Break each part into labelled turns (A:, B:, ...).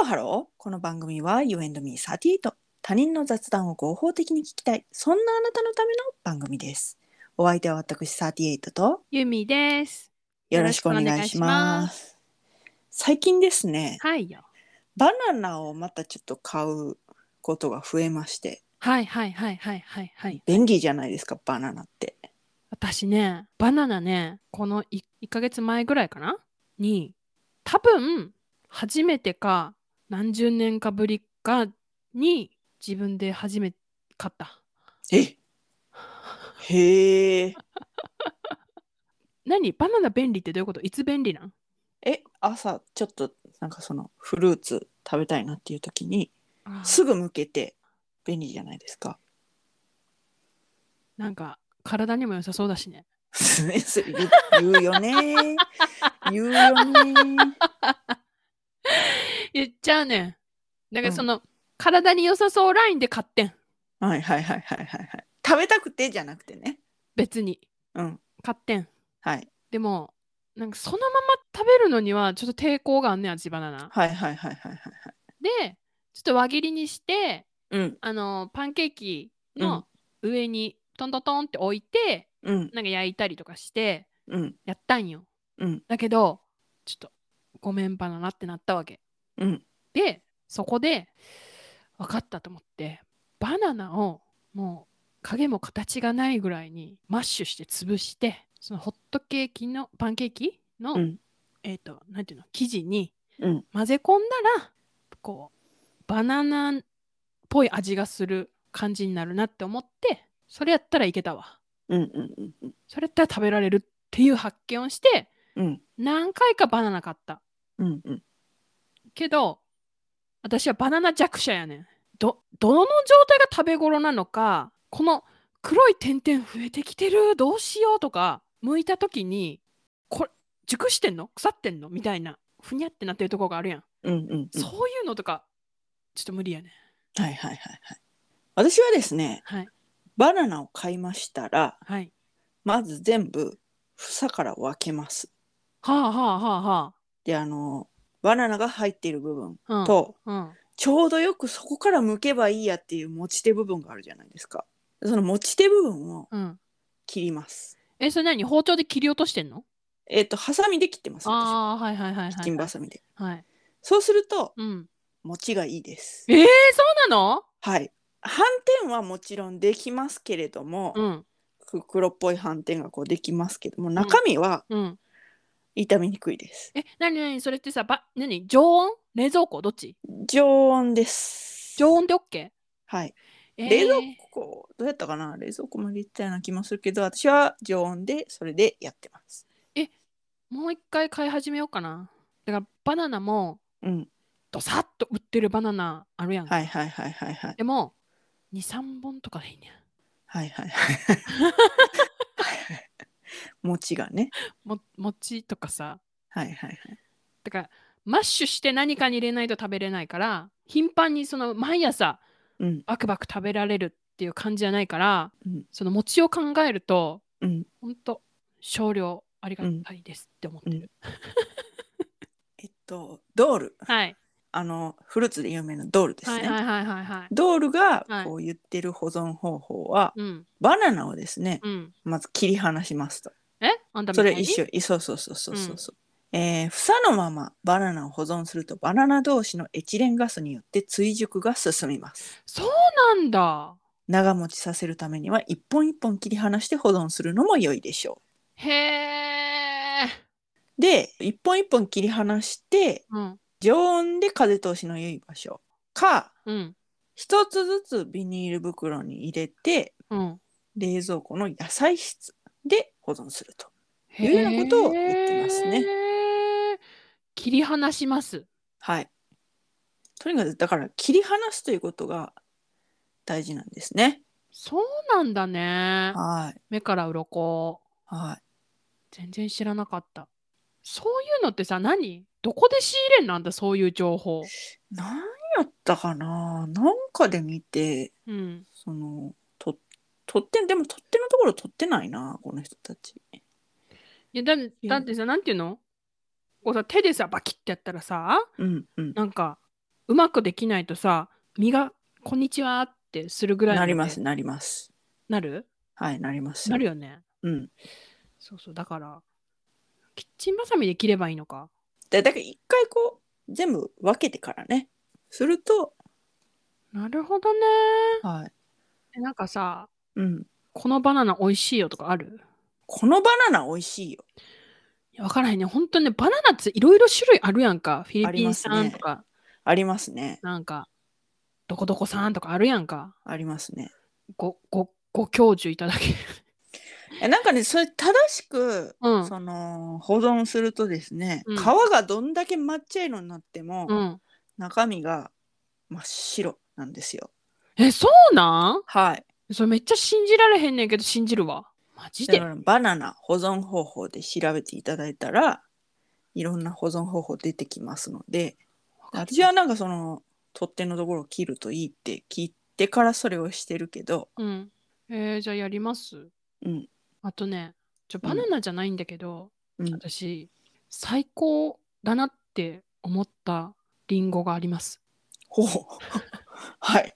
A: ローハロー。この番組は You and me38。他人の雑談を合法的に聞きたい。そんなあなたのための番組です。お相手は私38と
B: ゆみです。
A: よろしくお願いし
B: よろしくお願いしま
A: ます。最近ですね、
B: はいよ。
A: バナナをまたちょっと買うことが増えまして、
B: はいはいはいはいはいはい。
A: 便利じゃないですか、バナナって。
B: 私ね、バナナね、このい1ヶ月前ぐらいかなに、多分、初めてか、何十年かぶりかに、自分で初めて買った。
A: えへえ。
B: 何バナナ便利ってどういうこといつ便利なん
A: え、朝ちょっとなんかそのフルーツ食べたいなっていう時に、
B: あー
A: すぐ剥けて便利じゃないですか。
B: なんか、体にも良さそうだしね。
A: えそれ言う 言うよね。言うよね。
B: 言っちゃうねん。だか
A: う
B: ら
A: ん
B: その、体に良さそうラインで買ってん。
A: はいはいはいはいはいはい。食べたくてじゃなくてね。
B: 別に。
A: うん。
B: 買ってん。
A: はい
B: でもなんかそのまま食べるのにはちょっと抵抗があんねや地バナナ。
A: はいはいはいはいはいはい。
B: でちょっと輪切りにして
A: うん
B: あのパンケーキの上にトントントンって置いて、
A: うん
B: なんか焼いたりとかして
A: うん
B: やったんよ。
A: うん
B: だけどちょっとごめんバナナってなったわけ。
A: うん。
B: でそこで分かったと思ってバナナをもう影も形がないぐらいにマッシュして潰してそのホットケーキのパンケーキの、
A: うん
B: えっ、となんていうの生地に
A: うん。
B: 混ぜ込んだらこうバナナっぽい味がする感じになるなって思ってそれやったらいけたわ
A: うんうんうんうん
B: それやったら食べられるっていう発見をして
A: うん
B: 何回かバナナ買った
A: うんうん。
B: けど私はバナナ弱者やねんどどの状態が食べ頃なのかこの黒い点々増えてきてるどうしようとか剥いた時にこれ熟してんの腐ってんのみたいなふにゃってなってるとこがあるやん、
A: うんうんうん。
B: そういうのとかちょっと無理やねん
A: はいはいはいはい。私はですね、
B: はい
A: バナナを買いましたら、
B: はい
A: まず全部房から分けます。
B: はあはあは
A: で、あの、バナナが入っている部分
B: あはあ、うん、
A: と、
B: うん、
A: ちょうどよくそこから剥けばいいやっていう持ち手部分があるじゃないですか。その持ち手部分を
B: うん、
A: 切ります。
B: えそれ何包丁で切り落としてんの
A: えっ、と、ハサミで切ってます。私
B: ああはいはいはい
A: キッ
B: は
A: チン
B: い
A: バサミで。
B: はい、
A: そうすると、
B: うん、
A: 持ちがいいです
B: え。ー、そうなの
A: はい。斑点はもちろんできますけれども、
B: うん
A: く黒っぽい斑点がこうできますけども、中身は
B: うん
A: 傷みにくいです。
B: え、なになにそれってさ、ば、なに常温冷蔵庫どっち
A: 常温です。
B: 常温で OK?
A: はい。
B: えー、
A: 冷蔵庫、どうやったかな冷蔵庫までいったような気もするけど、私は常温でそれでやってます。
B: もう一回買い始めようかな。だからバナナも
A: うん。
B: ドサッと売ってるバナナあるやんか。
A: はいはいはいはいはい。
B: でも、2、3本とかでいいねん。
A: はいはいはい。餅がね。
B: も、餅とかさ。
A: はいはいはい。
B: だから、マッシュして何かに入れないと食べれないから、頻繁にその毎朝
A: うん
B: バクバク食べられるっていう感じじゃないから、
A: うん
B: その餅を考えると、
A: うん。
B: ほんと少量ありがたいですって思ってる。
A: えっと、ドール。
B: はい。
A: あの、フルーツで有名なドールです
B: は
A: ね。
B: いはいはいはいはい。
A: ドールが
B: はい
A: こう言ってる保存方法は、
B: うん
A: バナナをですね、
B: うん。
A: まず切り離しますと。
B: えあんたみ
A: そ
B: た
A: れ
B: いに
A: 一緒、いそうそうそうそうそうそう。えー房のままバナナを保存するとバナナ同士のエチレンガスによって追熟が進みます
B: そうなんだ。
A: 長持ちさせるためには一本一本切り離して保存するのも良いでしょう
B: へえ。
A: で一本一本切り離して
B: うん。
A: 常温で風通しの良い場所か
B: うん。
A: 一つずつビニール袋に入れて
B: うん。
A: 冷蔵庫の野菜室で保存すると。いうようなことを言ってますね
B: ね。切り離します。
A: はい。とにかくだから切り離すということが大事なんですね。
B: そうなんだね。
A: はい
B: 目から鱗
A: はい。
B: 全然知らなかった。そういうのってさ、何どこで仕入れんなんだ、そういう情報。
A: 何やったかななんかで見て
B: うん。
A: そのと取ってでも取っ手のところ取ってないなこの人たち。
B: いやだだってさ、なんていうのこうさ手でさ、バキってやったらさ、
A: うんうん
B: なんかうまくできないとさ身が「こんにちは」ってするぐらいま
A: な
B: で
A: りますなります
B: なる
A: はいなります
B: なるよね
A: うん
B: そうそうだからキッチンバサミで切ればいいのか
A: でだから一回こう全部分けてからねすると
B: なるほどね
A: はい
B: えなんかさ
A: うん
B: このバナナ美味しいよとかある
A: このバナナ美味しいよ
B: いやわからへんね本当にねバナナっていろいろ種類あるやんかフィリピン
A: ありま
B: 産
A: すね
B: とか、
A: ありますね
B: なんかどこどこ産とかあるやんか
A: ありますね
B: ごごご教授いただ ける
A: えなんかねそれ正しく、
B: うん
A: その保存するとですね、
B: うん
A: 皮がどんだけ抹茶色になっても、
B: うん
A: 中身が真っ白なんですよ
B: えそうなん
A: はい
B: それめっちゃ信じられへんねんけど信じるわマジ
A: だ
B: で
A: からバナナ保存方法で調べていただいたらいろんな保存方法出てきますので私はなんかその取っ手のところを切るといいって聞いてからそれをしてるけど
B: うんえー、じゃあやります
A: うん
B: あとねちょ
A: うん
B: バナナじゃないんだけど、
A: うん
B: 私最高だなって思ったリンゴがあります
A: ほう はい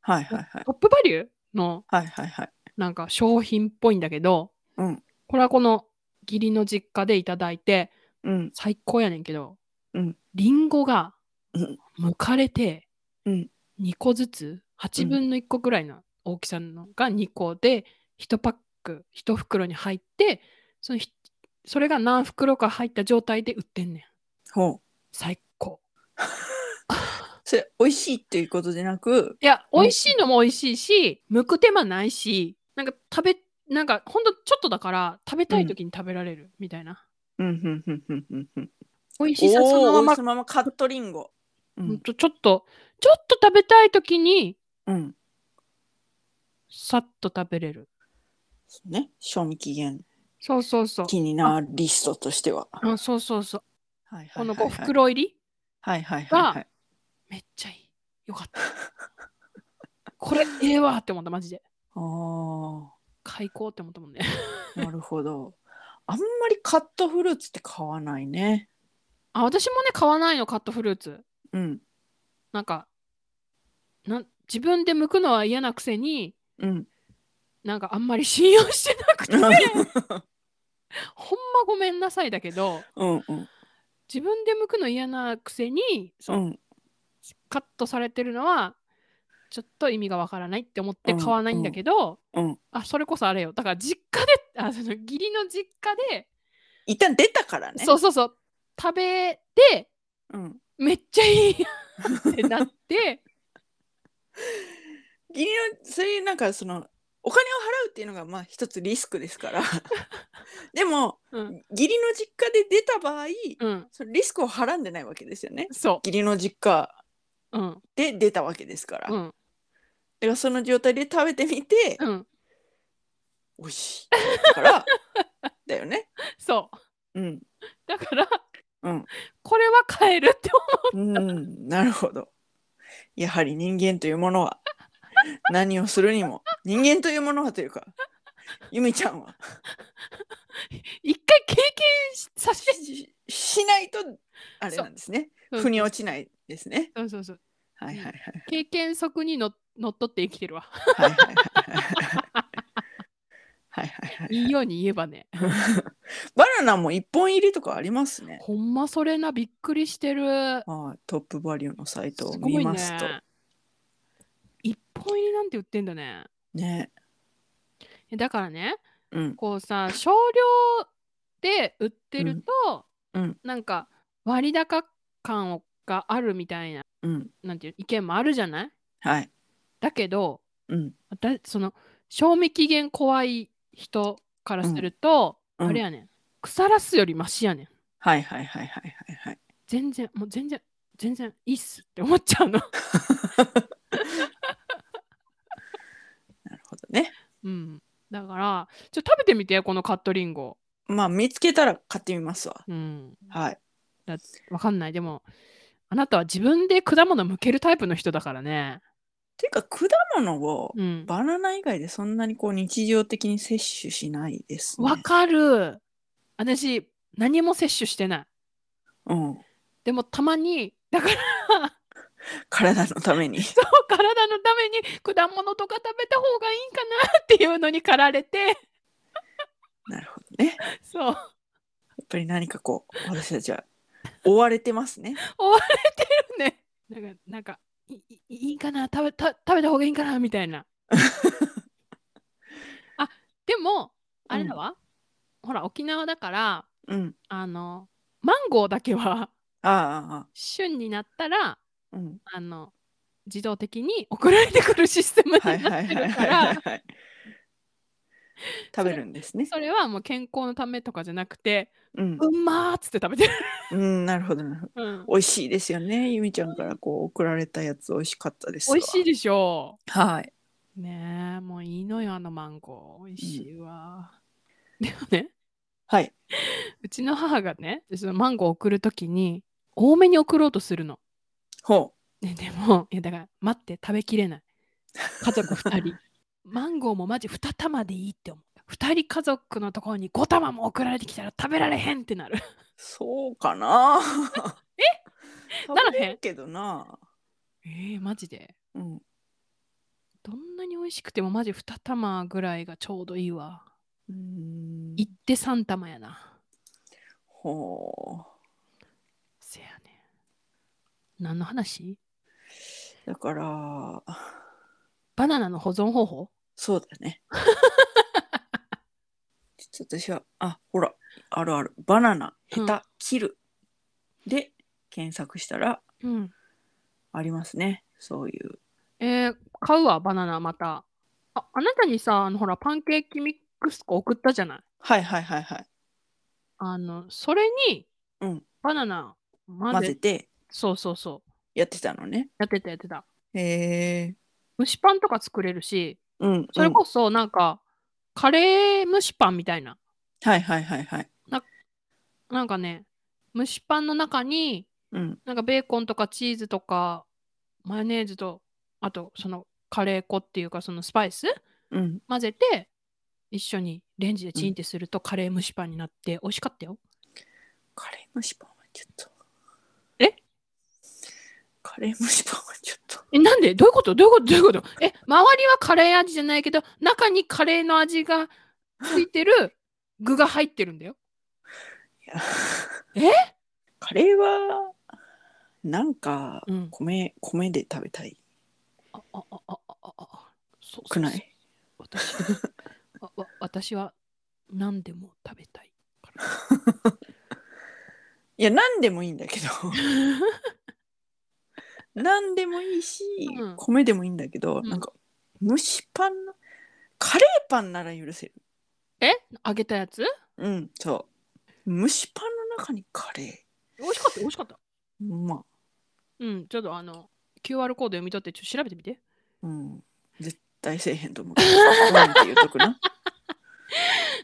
A: はいはいはい
B: トップバリューの
A: はいはいはい
B: なんか商品っぽいんだけど
A: うん
B: これはこの義理の実家でいただいて
A: うん
B: 最高やねんけど、
A: うん
B: リンゴが
A: うん
B: 剥かれて
A: うん
B: 2個ずつ8分の1個ぐらいの大きさのが2個で1パック1袋に入ってそのひそれが何袋か入った状態で売ってんねん
A: ほう
B: 最高
A: それ美味しいっていうことじゃなく
B: いや
A: うん
B: 美味しいのも美味しいし剥く手間ないしなんか食べなんかほんとちょっとだから食べたい時に食べられるみたいな、
A: うんうんうんうんうんうん
B: 美味しさそのまま
A: そのままカットリンゴう
B: ほん
A: ん
B: とちょっとちょっと食べたい時に
A: うん
B: さっと食べれる
A: そうね賞味期限
B: そうそうそう
A: 気になるリストとしては
B: あそうそうそう
A: はいは
B: こ
A: い
B: の
A: はいは
B: 5
A: い
B: 袋入り、
A: はいはいはいはい
B: めっちゃいいよかった これええわって思ったマジで
A: あ
B: 開口って思ったもんね
A: あなるほどあんまりカットフルーツって買わないね
B: あ私もね買わないのカットフルーツ
A: うん
B: なんかなん自分で剥くのは嫌なくせに
A: うん
B: なんかあんまり信用してなくて
A: うん
B: ほんまごめんなさいだけど
A: うんうん
B: 自分で剥くの嫌なくせにそうの
A: ん
B: カットされてるのはちょっと意味がわからないって思って
A: うん
B: 買わないんだけど、
A: うん
B: あそれこそあれよだから実家であその義理の実家で、
A: 一旦出たからね
B: そううそうそう食べて
A: うん
B: めっちゃいいやんってなって
A: 義理のそれなんかそのお金を払うっていうのがまあ一つリスクです からでも
B: うん、
A: 義理の実家で出た場合
B: うん、
A: それリスクをはらんでないわけですよね
B: そ
A: 義理の実家
B: ううん
A: で出たわけですから、
B: う
A: だか
B: ん
A: らその状態で食べてみて、
B: うん
A: 美味しいだから だよね
B: そう
A: うん
B: だから
A: うん
B: これは買えるって思
A: うんなるほどやはり人間というもの は何をするにも人間というものはというかゆみちゃんは
B: う一回経験しさせて
A: ししないとあれなんですね
B: そう
A: 腑に落ちないですね
B: そうそうそう
A: はいはいはい
B: 経験則にののっとって生きてるわ
A: はいはいはいはいはいはい
B: いいように言えばね
A: バナナも一本入りとかありますね。
B: ほんまそれなびっくりしてる
A: はい、トップバリューのサイトを
B: すご
A: 見
B: い
A: ますと。
B: ね一本入りなんて売ってんだね
A: ね。
B: えだからね
A: うん。
B: こうさ少量で売ってると、
A: うんうん
B: なんか割高感をがあるみたいな
A: うん。
B: なんていう意見もあるじゃない
A: はい。
B: だけど
A: うん。
B: だその賞味期限怖い人からすると、
A: うんうん
B: あれやねん腐らすよりマシやねん
A: はいはいはいはいはいはい。
B: 全然もう全然全然いいっすって思っちゃうの
A: なるほどね。
B: うんだからちょっと食べてみてこのカットリンゴ
A: まあ見つけたら買ってみますわ。
B: うん
A: はい。
B: だわかんないでもあなたは自分で果物剥けるタイプの人だからね
A: ていうか果物を
B: うん
A: バナナ以外でそんなにこう日常的に摂取しないですね。
B: わかる私何も摂取してない
A: うん。
B: でもたまにだから
A: 体のために。
B: そう体のために果物とか食べた方がいいんかなっていうのに駆られて
A: なるほどね。や
B: そ
A: っ
B: う
A: ぱり何かこう、私たちは追われてますね。
B: 追われて るねなんかなんかいいいいかな食べた食べた方がいいんかなみた いなあでもあれだわ、ほら沖縄だから
A: うん。
B: あのマンゴーだけは
A: ああ、あ
B: 旬になったら
A: あ、うん。
B: あの自動的に送られてくるシステムに
A: はいは
B: なっ
A: い
B: て
A: はい
B: るか
A: はい
B: ら
A: はいはい。食べるんですね。
B: それはもう健康のためとかじゃなくて
A: うん。
B: うまーっつって食べてる、
A: うん、なるほどなるほど。
B: うん、
A: 美味しいですよね。ゆみちゃんからこう送られたやつ美味しかったですわ。
B: 美味しいでしょ
A: はい。
B: ねえもういいのよあのマンゴー美味しいわ、でもね
A: はい。
B: うちの母がねそのマンゴー送る時に多めに送ろうとするの、
A: ほ
B: ね、でもいやだから待って食べきれない家族2人 マンゴーもマジ2玉でいいって思う2人家族のところに5玉も送られてきたら食べられへんってなる
A: う。そうかな。 え
B: ならへん
A: けどな。
B: えー、マジで
A: うん。
B: どんなに美味しくてもマジ2玉ぐらいがちょうどいいわ
A: うーん
B: 行って3玉やな
A: ほ
B: せやね何の話
A: う。だから、
B: バナナの保存方法
A: そうだ ね。ちょっと私は、あ、ほら、あるある。バナナ、ヘタ、切る。で、検索したら、
B: うん。
A: ありますね。そういう。
B: えー買うわ、バナナまた。あ、あなたにさ、あの、ほら、パンケーキミックス粉送ったじゃない。
A: はいはいはいはい。
B: あの、それに、
A: うん
B: バナナ混ぜ
A: 混ぜて、
B: そうそうそう。
A: やってたのね。
B: やってたやってた。
A: へえ。
B: 蒸しパンとか作れるし、
A: うん。
B: それ
A: うん
B: こそなんか、カレー蒸しパンみたいな。
A: はいはいはいはい。
B: なんかね、蒸しパンの中に、
A: うん。
B: なんかベーコンとかチーズとか、マヨネーズと、あと、その、カレー粉っていうか、そのスパイス
A: うん。
B: 混ぜて一緒にレンジでチンってするとカレー蒸しパンになって美味しかったよ。
A: カレー蒸しパンはちょっと。
B: え
A: カレー蒸しパンはちょっと。
B: えなんでどういうことどういうことどういうことえ周りはカレー味じゃないけど中にカレーの味がついてる具が入ってるんだよ。
A: いやカレーは、なんか、
B: うん。
A: 米、米で食べたい
B: あああああああそ
A: くな
B: そ
A: い。
B: 私はわわ私は何でも食べたい。
A: いや、何でもいいんだ けど。何でもいいし、
B: うん
A: 米でもいいんだけど、
B: うん
A: なんか、蒸しパンの、カレーパンなら許せる。
B: 揚げたやつ
A: うん、そう。蒸しパンの中にカレ
B: 美味しかった美味しかった。
A: ー。まあ、
B: うんちょっとあの QR コード読み取ってちょっと調べてみて。
A: うん。絶対せえへんと思う けど。ごめんって言うとくな。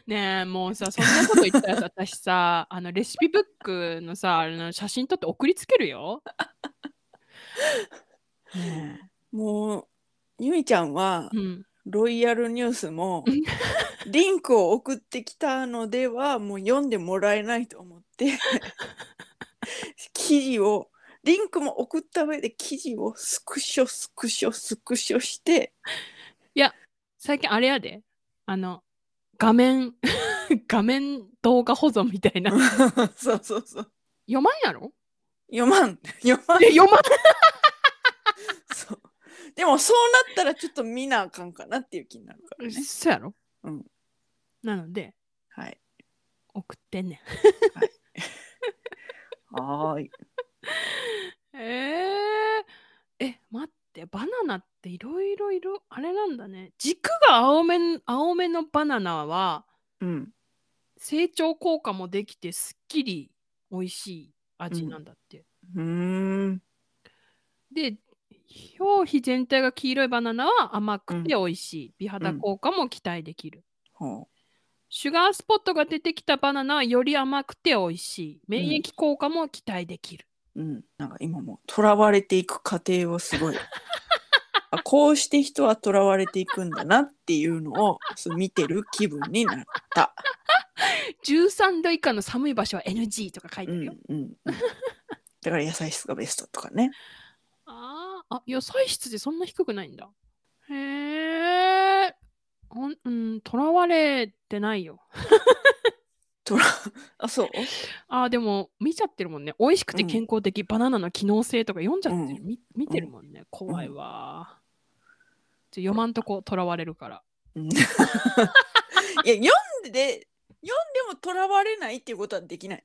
B: ねえもうさそんなこと言ったらさ私さ あのレシピブックのさあの写真撮って送りつけるよ。ね
A: もう、ゆみちゃんは
B: え、うん、
A: ロイヤルニュースも
B: うん、
A: リンクを送ってきたのでは、もう読んでもらえないと思 って、記事を、リンクも送った上で記事をスクショスクショスクショして、
B: 最近あれやであの画面 画面動画保存みたいな
A: そうそうそう。
B: 読まんやろ
A: 読まん。読まん。
B: え読まん
A: そうでもそうなったらちょっと見なあかんかなっていう気になるからね。
B: そうやろ、
A: うん、
B: なので
A: はい。
B: 送ってんね
A: はーい。
B: ん。えー、え待ってバナナっていろいろいろあれなんだね軸が青め青めのバナナは
A: うん。
B: 成長効果もできてすっきり美味しい味なんだって、
A: うーん。
B: で表皮全体が黄色いバナナは甘くて美味しい、美肌効果も期待できる、
A: ほ
B: シュガースポットが出てきたバナナはより甘くて美味しい免疫効果も期待できる、
A: う。うん。なんか今もう囚われていく過程をすごい。あこうして人は囚われていくんだなっていうのをそう見てる気分になった。
B: 13度以下の寒い場所は NG とか書いて
A: う
B: あ
A: ん
B: る
A: う
B: よ、
A: んうん。だから野菜室がベストとかね。
B: ああ、野菜室でそんな低くないんだ。へえ。ほんうん、とらわれてないよ。
A: あ、そう
B: あーでも見ちゃってるもんね美味しくて健康的、バナナの機能性とか読んじゃってる、
A: う
B: み見てるもんね怖いわー、ちょ読まんとことらわれるから
A: うんいや、読んで、読んでもとらわれないっていうことはできない。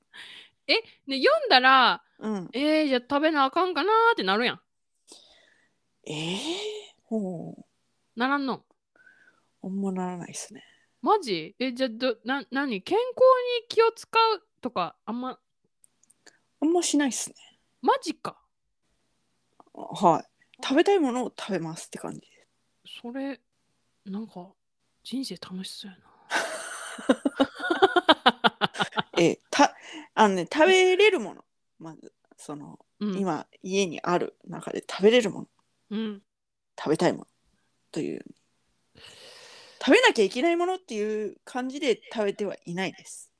B: で読んだら
A: うん。
B: えー、じゃあ食べなあかんかなーってなるやん
A: ええほう。
B: ならんの
A: あんまならないですね。
B: マジえじゃあどな何健康に気を使うとかあんま
A: あんましないですね。
B: マジか
A: はい。食べたいものを食べますって感じです。
B: それなんか人生楽しそうやな
A: ええた、あのね、食べれるもの。まず、その、
B: うん
A: 今、家にある中で食べれるもの、
B: うん
A: 食べたいもの。という。食べなきゃいけないものっていう感じで食べてはいないです。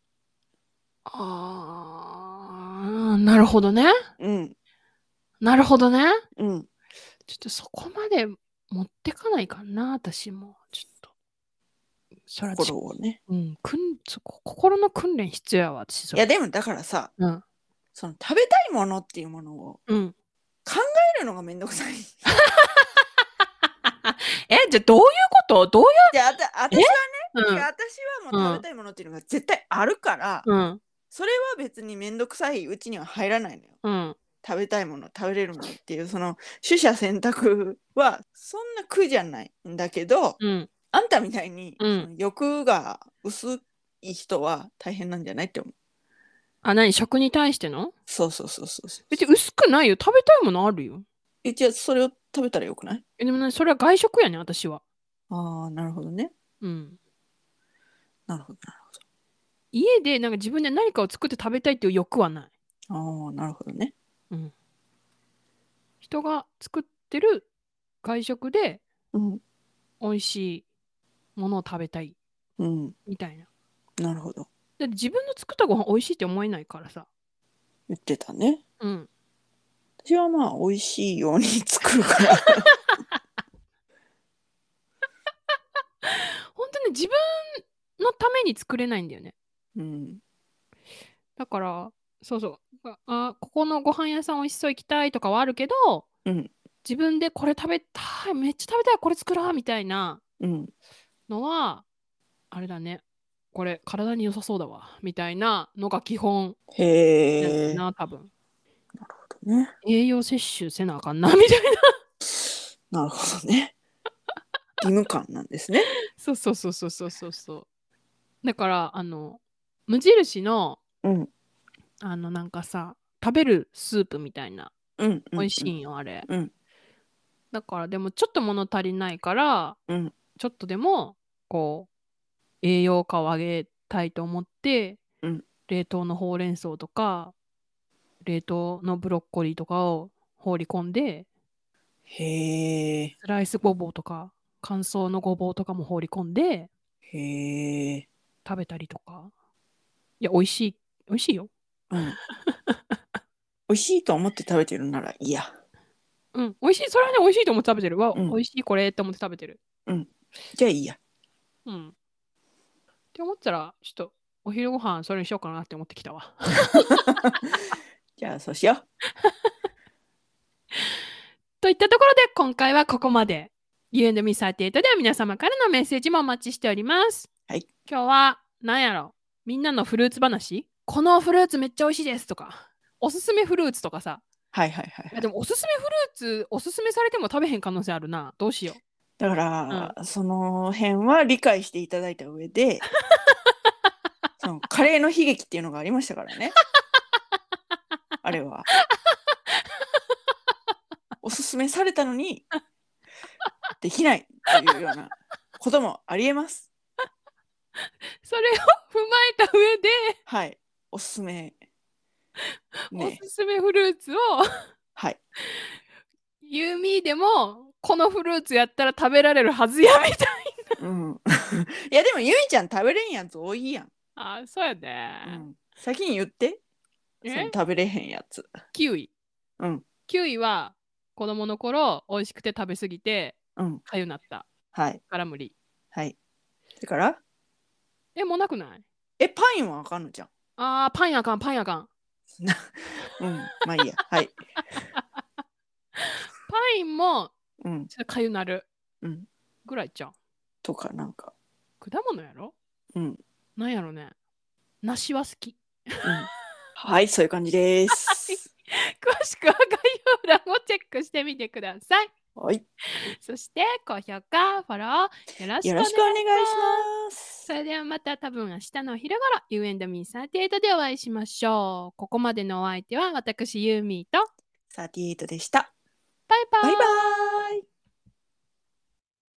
B: あーなるほどね
A: うん。
B: なるほどね
A: うん。
B: ちょっとそこまで持ってかないかな、私も。ちょっと。そら
A: 心をね。
B: うん、くんそこ心の訓練必要やわ、私そ
A: い
B: れ
A: や、でもだからさ、
B: うん。
A: その食べたいものっていうものを
B: うん、
A: 食べるのがめんどく さい。
B: え、じゃあどういうことどうい
A: で、あた、私は、
B: う
A: 私はもう食べたいものっていうのが絶対あるから、
B: うん。
A: それは別にめんどくさいうちには入らないのよ。
B: うん。
A: 食べたいもの、食べれるものっていう、その、取捨選択は、そんな苦じゃないんだけど、
B: うん。
A: あんたみたいに、
B: うん
A: その欲が薄い人は大変なんじゃないって思う。
B: あ、何食に対しての
A: そうそうそうそうそう。
B: 別に薄くないよ。食べたいものあるよ。
A: え、じゃあそれを食べたらよくない
B: えでもね、それは外食やね、私は。
A: ああ、なるほどね。
B: うん。
A: なるほど、なる
B: 家でなんか自分で何かを作って食べたいっていう欲はない。
A: ほど。ああ、なるほどね。
B: 人が作ってる外食で
A: うん。
B: 美味しいものを食べたい
A: うん。
B: みたいな。
A: なるほど。
B: だって自分の作ったご飯美味しいって思えないからさ。
A: 言ってたね。
B: うん。
A: 私はまあ美味しいように作る から
B: 本当ね、自分のために作れないんだよね。
A: うん
B: だから、そうそう。あ、あここのご飯屋さん美味しそう行きたいとかはあるけど、
A: うん
B: 自分でこれ食べたい、めっちゃ食べたい、これ作ろうみたいな
A: うん
B: のは、あれだね。これ体に良さそうだわ。みたいなのが基本
A: へ
B: や
A: え
B: んな、多分。
A: ね
B: 栄養摂取せなあかんな、みたいな。
A: なるほどね義務感なんですね
B: そうそうそうそうそうそうそう。だから、あの、無印の、
A: うん
B: あのなんかさ食べるスープみたいな
A: うん
B: 美味しい
A: い
B: んよ、あれ、
A: うん
B: だからでもちょっと物足りないから、
A: うん
B: ちょっとでもこう栄養価を上げたいと思って、
A: うん
B: 冷凍のほうれん草とか冷凍のブロッコリーとかを放り込んで
A: へえ
B: スライスごぼうとか乾燥のごぼうとかも放り込んで
A: へえ
B: 食べたりとかいや美味しい美味しいよ
A: うん美味しいと思って食べてるならいいや
B: うん美味しいそれはね美味しいと思って食べてるわ、
A: うん
B: 美味しいこれって思って食べてる
A: じゃあいいや
B: うん。って思ったら、ちょっとお昼ご飯それにしようかなって思ってきたわ。
A: じゃあそうしよう
B: といったところで、今回はここまで。You and me38 では皆様からのメッセージもお待ちしております。
A: はい。
B: 今日は、なんやろ、みんなのフルーツ話このフルーツめっちゃ美味しいですとか、おすすめフルーツとかさ。
A: はいはいはい
B: い
A: は
B: や
A: い
B: でも、おすすめフルーツ、おすすめされても食べへん可能性あるな。どうしよ
A: だから、その辺は理解していただいた上 でそのカレーの悲劇っていうのがありましたからねあれはおすすめされたのにできないっていうようなこともありえます
B: う。それを踏まえた上で、
A: はいおすすめね
B: おすすめフルーツを、
A: はい
B: ユーミーでも、このフルーツやったら食べられるはずや、みたいな。
A: うん いやでもゆみちゃん食べれんやつ多いやん、
B: あーそうや
A: う
B: ね、
A: ん、先に言ってその
B: え
A: 食べれへんやつ
B: キウイ。
A: うん
B: キウイは、子供の頃美味しくて食べ過ぎて
A: うん。
B: かゆなった
A: はい。
B: から無理
A: はい。だから、
B: えもうなくない
A: え、パインはあかんのじゃん。
B: あーパンやかんパンやかん
A: うん。まあい いや。はい。
B: パインも
A: うん。
B: ちょっとかゆなる
A: うん。
B: ぐらいじゃん
A: とか、なんか。
B: 果物やろ
A: うん。うん。
B: なんやろね梨は好き
A: はい、そういう感じです。
B: 詳しくは概要欄をチェックしてみてください
A: はい。
B: そして高評価フォローよろしくお
A: よ
B: 願
A: ろ
B: い
A: し
B: し
A: くお願い
B: ます
A: します
B: そ。れではまた多分明日のお昼頃 You and me38 でお会いしましょうここまでのお相手は私ユーミーと
A: 38でした。
B: バイバ
A: バイバイ。